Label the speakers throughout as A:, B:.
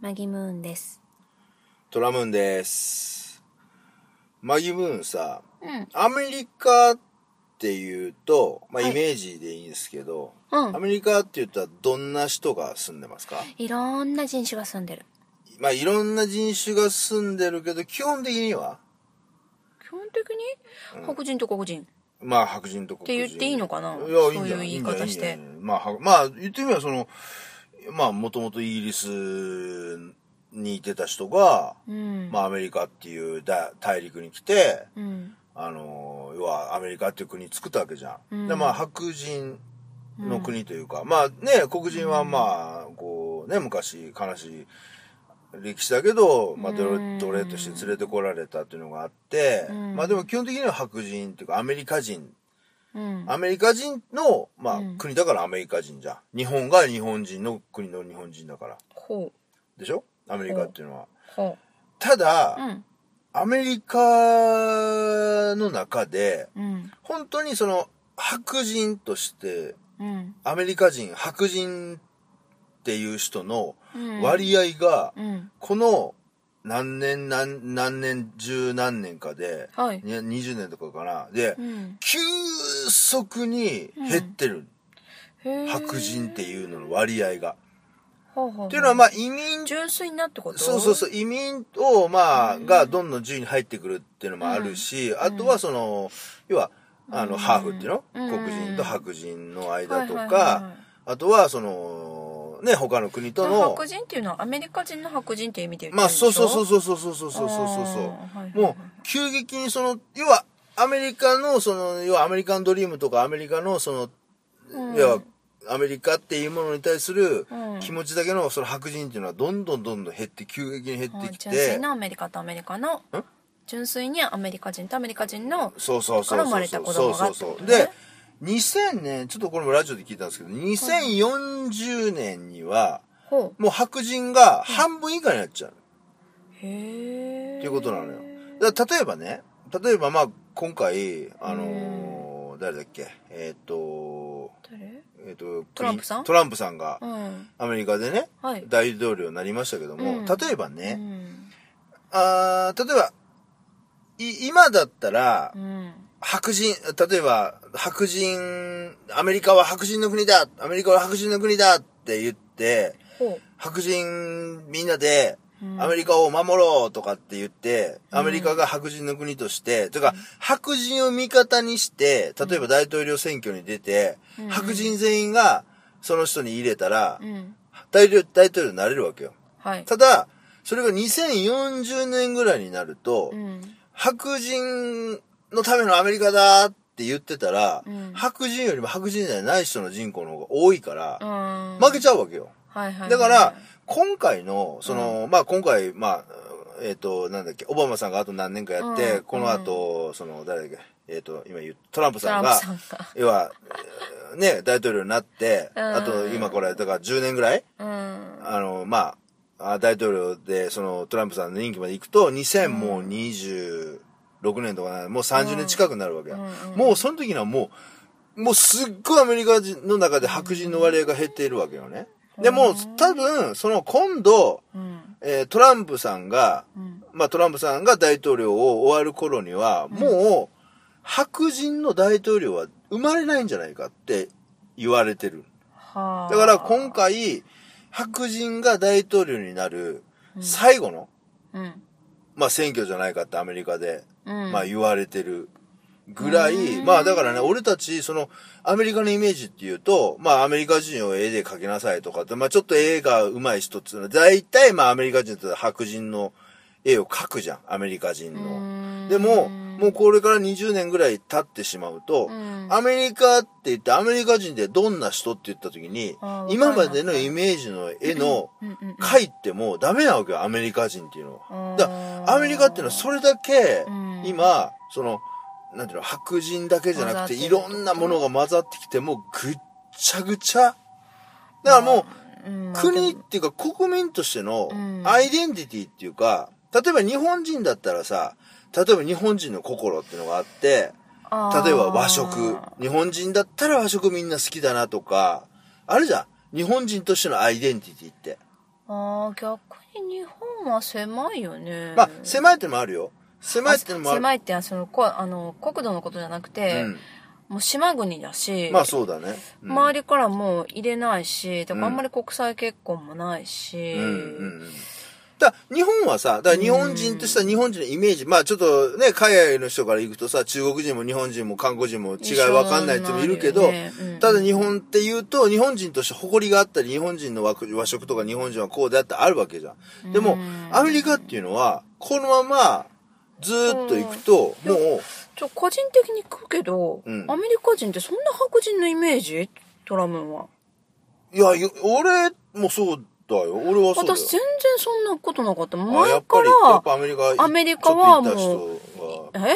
A: マギムーンです。
B: トラムーンです。マギムーンさ、
A: うん。
B: アメリカっていうと、まあ、
A: はい
B: イメージでいいんですけど、
A: うん
B: アメリカって言ったらどんな人が住んでますか
A: いろんな人種が住んでる。
B: まあ、いろんな人種が住んでるけど、基本的には、
A: 基本的に白人と黒人。
B: まあ、白人と黒人。
A: って言っていいのかないそ
B: や、
A: う
B: い
A: い
B: い
A: うん
B: じゃない
A: 言い方
B: んじゃない
A: して
B: んじゃないまあ、はまあ、言ってみればその、まあ、もともとイギリスにいてた人が、
A: うん。
B: まあ、アメリカっていう大大陸に来て、
A: うん。
B: あの要はアメリカっていう国作ったわけじゃん。
A: うん
B: でまあ白人の国というか、まあね黒人はまあこうね昔悲しい歴史だけど、まあ、奴
A: うん
B: 隷奴隷として連れてこられたっていうのがあって、
A: うん
B: まあでも基本的には白人っていうかアメリカ人
A: うん。
B: アメリカ人の、まあ
A: うん、
B: 国だからアメリカ人じゃん日本が日本人の国の日本人だから
A: ほう。
B: でしょアメリカっていうのは。
A: ほ
B: ただ、
A: う。うん。
B: アメリカの中で、
A: うん。
B: 本当にその白人として
A: うん。
B: アメリカ人白人っていう人の
A: うん。
B: 割合が
A: うん。
B: この何年何何年十何年かで、
A: はい。
B: に20年とかかなで、
A: うん。
B: 急速に減ってる、
A: へー
B: 白人っていうのの割合が。
A: ほうほう。
B: っていうのはまあ移民
A: 純粋なってこと。
B: そうそうそうう移民をまあ、
A: うん
B: がどんどん自由に入ってくるっていうのもあるし、あとはその要はあの、
A: うん
B: ハーフっていうの、
A: うん
B: 黒人と白人の間とか、
A: はいはいはいはい
B: あとはそのね他の国との
A: 白人っていうのはアメリカ人の白人っていう意味で言って
B: まあそうそうそう
A: そ
B: そうそうそうそうそうそうそうもう急激にその要はアメリカのその要はアメリカンドリームとかアメリカのその、
A: うん
B: 要はアメリカっていうものに対する
A: うん
B: 気持ちだけのその白人っていうのはどんどんどんどん減って急激に減ってきて、
A: 純粋なアメリカとアメリカの純粋にアメリカ人とアメリカ人の
B: そうそうそう
A: から生まれた
B: そ
A: 子
B: うそ
A: 供
B: う
A: が
B: そうそう
A: ってことね
B: で2000年ちょっとこれもラジオで聞いたんですけど2040年には
A: ほう
B: もう白人が半分以下になっちゃう、
A: へえ
B: っていうことなのよだから例えばね例えばまあ今回あのー誰だっけえーっ、と
A: 誰
B: えーっ、と
A: トランプさん
B: トランプさんが
A: うん
B: アメリカでね、
A: はい
B: 大統領になりましたけども、
A: うん
B: 例えば
A: う
B: ね、
A: ん
B: あー例えばい今だったら
A: うん
B: 白人、例えば、白人、アメリカは白人の国だアメリカは白人の国だって言って、
A: ほ
B: 白人みんなで、
A: ううん
B: アメリカを守ろうとかって言って、アメリカが白人の国として、というか、白人を味方にして、例えば大統領選挙に出て
A: うん、
B: 白人全員がその人に入れたら
A: う、ん
B: 大統領、大統領になれるわけよ。
A: はい
B: ただ、それが2040年ぐらいになると
A: う、ん
B: 白人のためのアメリカだって言ってたら、
A: うん
B: 白人よりも白人じゃない人の人口の方が多いから、
A: うん
B: 負けちゃうわけよ。
A: はいはいはい
B: だから、今回の、その、まあ今回、まあ、えっ、と、なんだっけ、オバマさんがあと何年かやって、
A: うん
B: この後、その、誰だっけ、えっ、と、今言う、トランプ
A: ト
B: さ
A: ラ
B: ん
A: ンプ
B: が、
A: さんが
B: 要は、えーね、大統領になって、
A: うん
B: あと今これ、だから10年ぐらい
A: うん
B: あの、まあ、あ大統領で、その、トランプさんの任期まで行くと、2026年とかなもう30年近くなるわけや。
A: うんうん
B: もう、その時にはもう、もうすっごいアメリカ人の中で白人の割合が減っているわけよね。でも、多分、その、今度、
A: うん
B: えートランプさんが、
A: うん
B: まあ、トランプさんが大統領を終わる頃には、もう、白人の大統領は生まれないんじゃないかって言われてる。
A: はあ
B: だから今回、白人が大統領になる最後の、
A: うん
B: まあ選挙じゃないかってアメリカで、
A: うん
B: まあ言われてるぐらい、まあだからね、俺たち、その、アメリカのイメージっていうと、まあアメリカ人を絵で描きなさいとかって、まあちょっと絵が上手い人っていうのは、大体まあアメリカ人って白人の絵を描くじゃん、アメリカ人
A: う
B: の。
A: ん
B: でも、もうこれから20年ぐらい経ってしまうと、
A: うん
B: アメリカって言って、アメリカ人でどんな人って言った時に
A: あ、ー
B: 今までのイメージの絵の
A: うんうんうん
B: 描いてもダメなわけよ、アメリカ人っていうのは。だから、アメリカっていうのはそれだけ
A: うん、
B: 今、その、なんていうの、白人だけじゃなく
A: 混ざ
B: て、
A: って
B: い
A: ると
B: ろんなものが混ざってきて、もうぐっちゃぐちゃ。だから
A: う
B: もう、
A: ん
B: 国っていうか国民としての
A: うん
B: アイデンティティっていうか、例えば日本人だったらさ、例えば日本人の心っていうのがあって、
A: あー
B: 例えば和食。日本人だったら和食みんな好きだなとか、あるじゃん。日本人としてのアイデンティティって。
A: ああ逆日本は狭いよね。
B: まあ、狭いってのもあるよ。狭いってのもある。
A: 狭いってそのこあの国土のことじゃなくて、
B: うん
A: もう島国だし、
B: まあそうだね。うん
A: 周りからも入れないしだからあんま
B: う
A: り国際結婚もないし、
B: うんうんうんだから日本はさ、だから日本人とした日本人のイメージ、まあちょっとね、海外の人から行くとさ、中国人も日本人も韓国人も違いわかんないってもいるけ
A: 一
B: ど、
A: 緒なのあるよねうん
B: ただ日本って言うと、日本人として誇りがあったり、日本人の和和食とか日本人はこうであってあるわけじゃん。でも、アメリカっていうのは、このままずーっと行くと、もう、
A: ちょ個人的に聞くけど、
B: うん
A: アメリカ人ってそんな白人のイメージトラムンはい
B: や、よ俺もそうだよ。俺はそうだよ。
A: 私全然そんなことなかった
B: あや
A: 前
B: っぱ
A: か
B: り、やっぱ
A: ら
B: アメリカ、
A: アメリカは
B: ち
A: も
B: ょっと行った人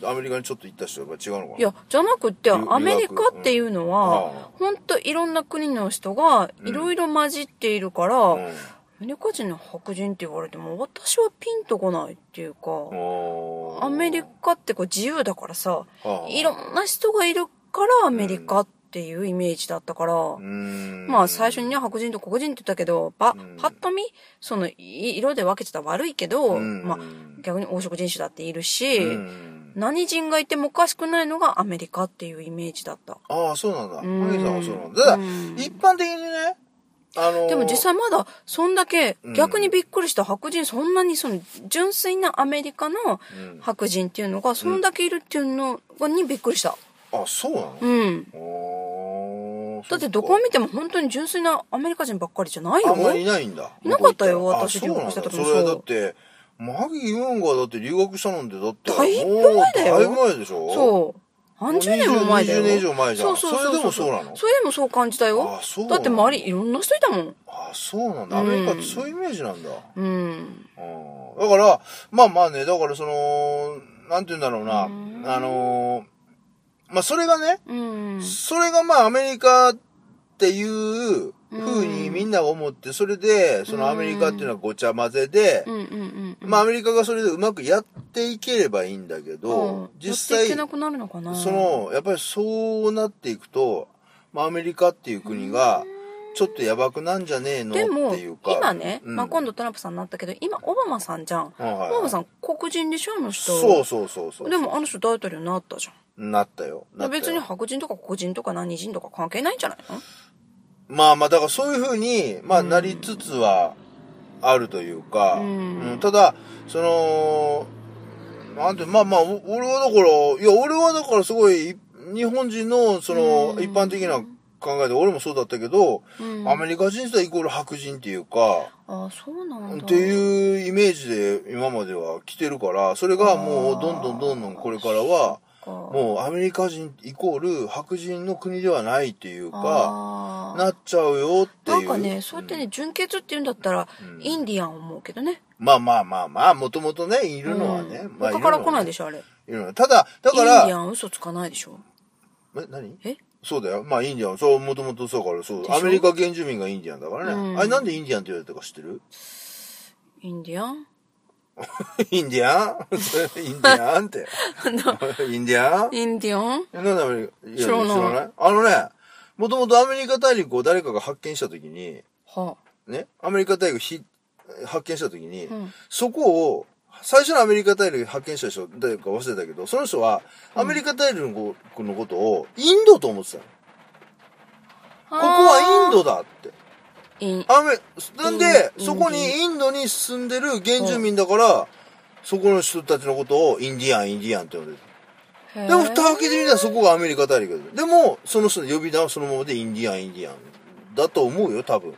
A: え
B: が、アメリカにちょっと行った人が違うのかない
A: やじゃなくって
B: 留学
A: アメリカっていうの
B: うんああ
A: は本当いろんな国の人がいろいろ混じっているから、
B: うん
A: アメリカ人の白人って言われても私はピンとこないっていうか、
B: おー
A: アメリカってこう自由だからさ
B: ああ
A: いろんな人がいるからアメリカっていうイメージだったから、
B: うーん
A: まあ最初にね白人と黒人って言ったけどパ
B: ん
A: パッと見そのい色で分けてたら悪いけど、
B: うん
A: まあ、逆に黄色人種だっているし、
B: うん
A: 何人がいてもおかしくないのがアメリカっていうイメージだった。
B: ああそうなんだハ
A: ん
B: ゲさんはそうなんだただ
A: うん
B: 一般的にねあのー
A: でも実際まだそんだけ
B: うん
A: 逆にびっくりした白人そんなにその純粋なアメリカの
B: うん
A: 白人っていうのがそんだけいるっていうのにびっくりした。
B: あそうなの
A: うん。
B: おー
A: だって
B: そか
A: どこを見ても本当に純粋なアメリカ人ばっかりじゃないよ。
B: あんまりいないんだ
A: いなかったよ
B: 向こう行
A: 私留学した時も
B: あそうなんだそれは
A: そう
B: だってマギー・ユンがだって留学したなんてだって
A: だいぶ
B: もう
A: 前だよ
B: だいぶ前でしょ
A: そう。何十年も前だよ。
B: 20年以上前じゃん
A: そうそうそう。
B: それでもそうなの
A: それでもそう感じたよ。
B: あそう
A: だって周りいろんな人いたもん。
B: あそうなんだアメリカってそういうイメージなんだ、
A: うん。
B: うんだから、まあまあね、だからその、なんて言うんだろうな、
A: うん
B: あのー、まあそれがね、
A: うん。
B: それがまあアメリカっていう風にみんなが思って、それで、そのアメリカっていうのはごちゃ混ぜで
A: うんう、んうんうん。
B: まあアメリカがそれでうまくやっていければいいんだけ
A: うん
B: ど、
A: や
B: 実
A: ってい
B: 際
A: け、なくなるのかな。
B: そ、の、やっぱりそうなっていくと、まあアメリカっていう国が、ちょっとやばくなんじゃねえの
A: で
B: っ
A: も
B: ていう、か。
A: 今ね、まあ今
B: 度、
A: 度トランプさんになったけど、今オバマさんじゃん。
B: はいはいはい
A: オバマさん黒人でしょ、あの人。
B: そうそうそうそう。
A: でもあの人大統領になったじゃん。
B: なったよ。なったよ
A: 別に白人とか黒人とか何人とか関係ないんじゃないの
B: まあまあ、だからそういうふうに、まあ、なりつつはあるというか、
A: うん
B: うんただ、その、なんて、まあまあ、お俺はだから、いや、俺はだからすごい、日本人の、その、
A: うん
B: 一般的な考えで、俺もそうだったけど、
A: うん
B: アメリカ人とはイコール白人っていうか、
A: ああ、そうなんだ。
B: っていうイメージで今までは来てるから、それがもうどんどんどんどんこれからは、
A: か
B: もうアメリカ人イコール白人の国ではないっていうか、
A: あー
B: なっちゃうよって
A: ないん
B: う。
A: かね、そうやってね、純血って言うんだったら、インディアンを思うけどね。
B: まあまあまあまあ、もともとね、いるのはね。
A: うん
B: まあ、
A: 他から来ない
B: で
A: でしょ、あれ。イ
B: いるのはただ、だ
A: ンデ
B: から、
A: ィアン嘘つかないでしょ。
B: え、何
A: え
B: そうだよ。まあ、インディアン、そう、もともとそうから、そう。
A: しょ
B: アメリカ原住民がインディアンだからね。
A: うん
B: あれ、なんでインディアンって言われたか知ってる
A: インディアン
B: インディアン それインディア ンって。インディアン
A: インディアン
B: えなんでアメリカいや
A: 知らない
B: あのね、もともとアメリカ大陸を誰かが発見したときに、
A: は
B: ね、アメリカ大陸ひ発見したときに、
A: ん
B: そこを、最初のアメリカ大陸発見した人、誰か忘れたけど、その人は、アメリカ大陸のこのことを、インドと思ってたの。こ
A: あ。こ
B: こはインドだって。
A: イン、
B: アメ、なんで、
A: イン
B: そこにインドに住んでる原住民だから、そこの人たちのことを、インディアン、インディアンって呼んでる。
A: へー
B: でも、蓋開けてみたらそこがアメリカ大陸だでも、その人の呼び名はそのままでインディアン、インディアン。だと思うよ、多分。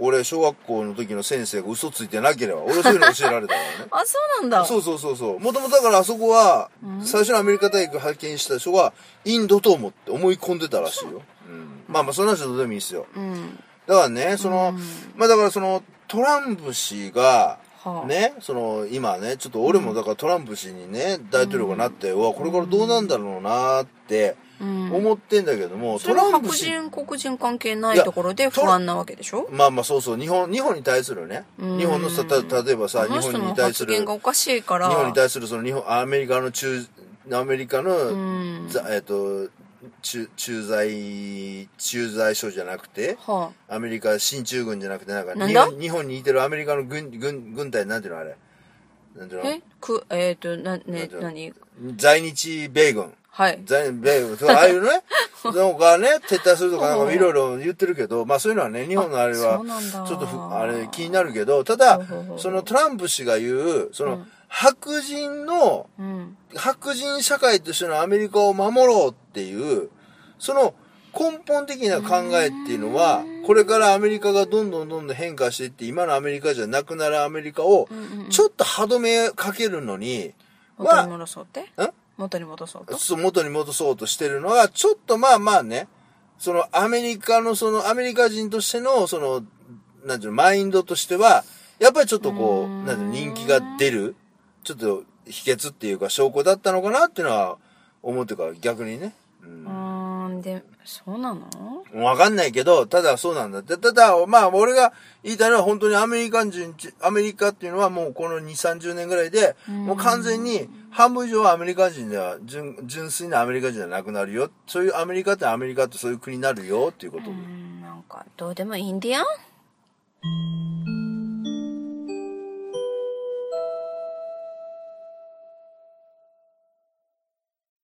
B: 俺、小学校の時の先生が嘘ついてなければ、俺そういうの教えられたから
A: 。
B: ね
A: あ、そうなんだ。
B: そうそうそうそう。もともとだからあそこは、最初のアメリカ大陸発見した人は、インドと思って、思い込んでたらしいよ。うん。まあまあ、そんな人どうでもいいですよ。
A: うん。
B: だからね、その、まあだからその、トランプ氏が、
A: はあ
B: ね、その、今ね、ちょっと俺もだからトランプ氏にね、大統領がなって、うわ、これからどうなんだろうなって、
A: うん。
B: 思ってんだけども、
A: そ
B: ト
A: れは
B: ラン
A: 白
B: プ氏、
A: 人、黒人関係ないところで不安なわけでしょ
B: まあまあそうそう、日本、日本に対するね、日本のさ、た、例えばさ、
A: あ
B: 日
A: の
B: 本
A: 人の
B: に対す
A: 発
B: る、
A: 言がお
B: 日
A: かしいから。
B: 本に対するその日本、アメリカの中、アメリカの、
A: ん
B: ざえっと、駐駐在、駐在所じゃなくて、
A: は
B: アメリカ、進駐軍じゃなくて、なんか
A: なん
B: 日
A: だ
B: 本、日本にいてるアメリカの軍、軍、軍隊、なんていうのあれ。なんていう
A: あ、えくえっ、となね
B: の
A: 何
B: の在日米軍。
A: はい
B: 在米軍、そうああい うのね、のがね、撤退するとかなんかいろいろ言ってるけど、まあそういうのはね、日本のあれ
A: あ
B: は
A: そうなん、だ
B: ちょっとふあれ気になるけど、ただ
A: ほうほうほ、う
B: そのトランプ氏が言う、その、白人の、
A: うん
B: 白人社会としてのアメリカを守ろうっていう、その根本的な考えっていうのは、これからアメリカがどんどんどんどん変化していって、今のアメリカじゃなくなるアメリカを、ちょっと歯止めかけるのに、
A: 元
B: は
A: に戻そうって
B: ん
A: 元に戻そうと
B: そう元に戻そうとしてるのは、ちょっとまあまあね、そのアメリカの、そのアメリカ人としての、その、なんていうの、マインドとしては、やっぱりちょっとこう、なんていうの、人気が出る、ちょっと秘訣っていうか証拠だったのかなっていうのは思ってるから、逆にね。うん
A: うーんでそうなの
B: わかんないけど、ただそうなんだって。ただ、まあ、俺が言いたいのは本当にアメリカ人、アメリカっていうのはもうこの2、30年ぐらいで、もう完全に半分以上はアメリカ人では、純純粋なアメリカ人じゃなくなるよ。そういうアメリカってアメリカってそういう国になるよっていうこと。
A: うんなんかどうでもいいんでやん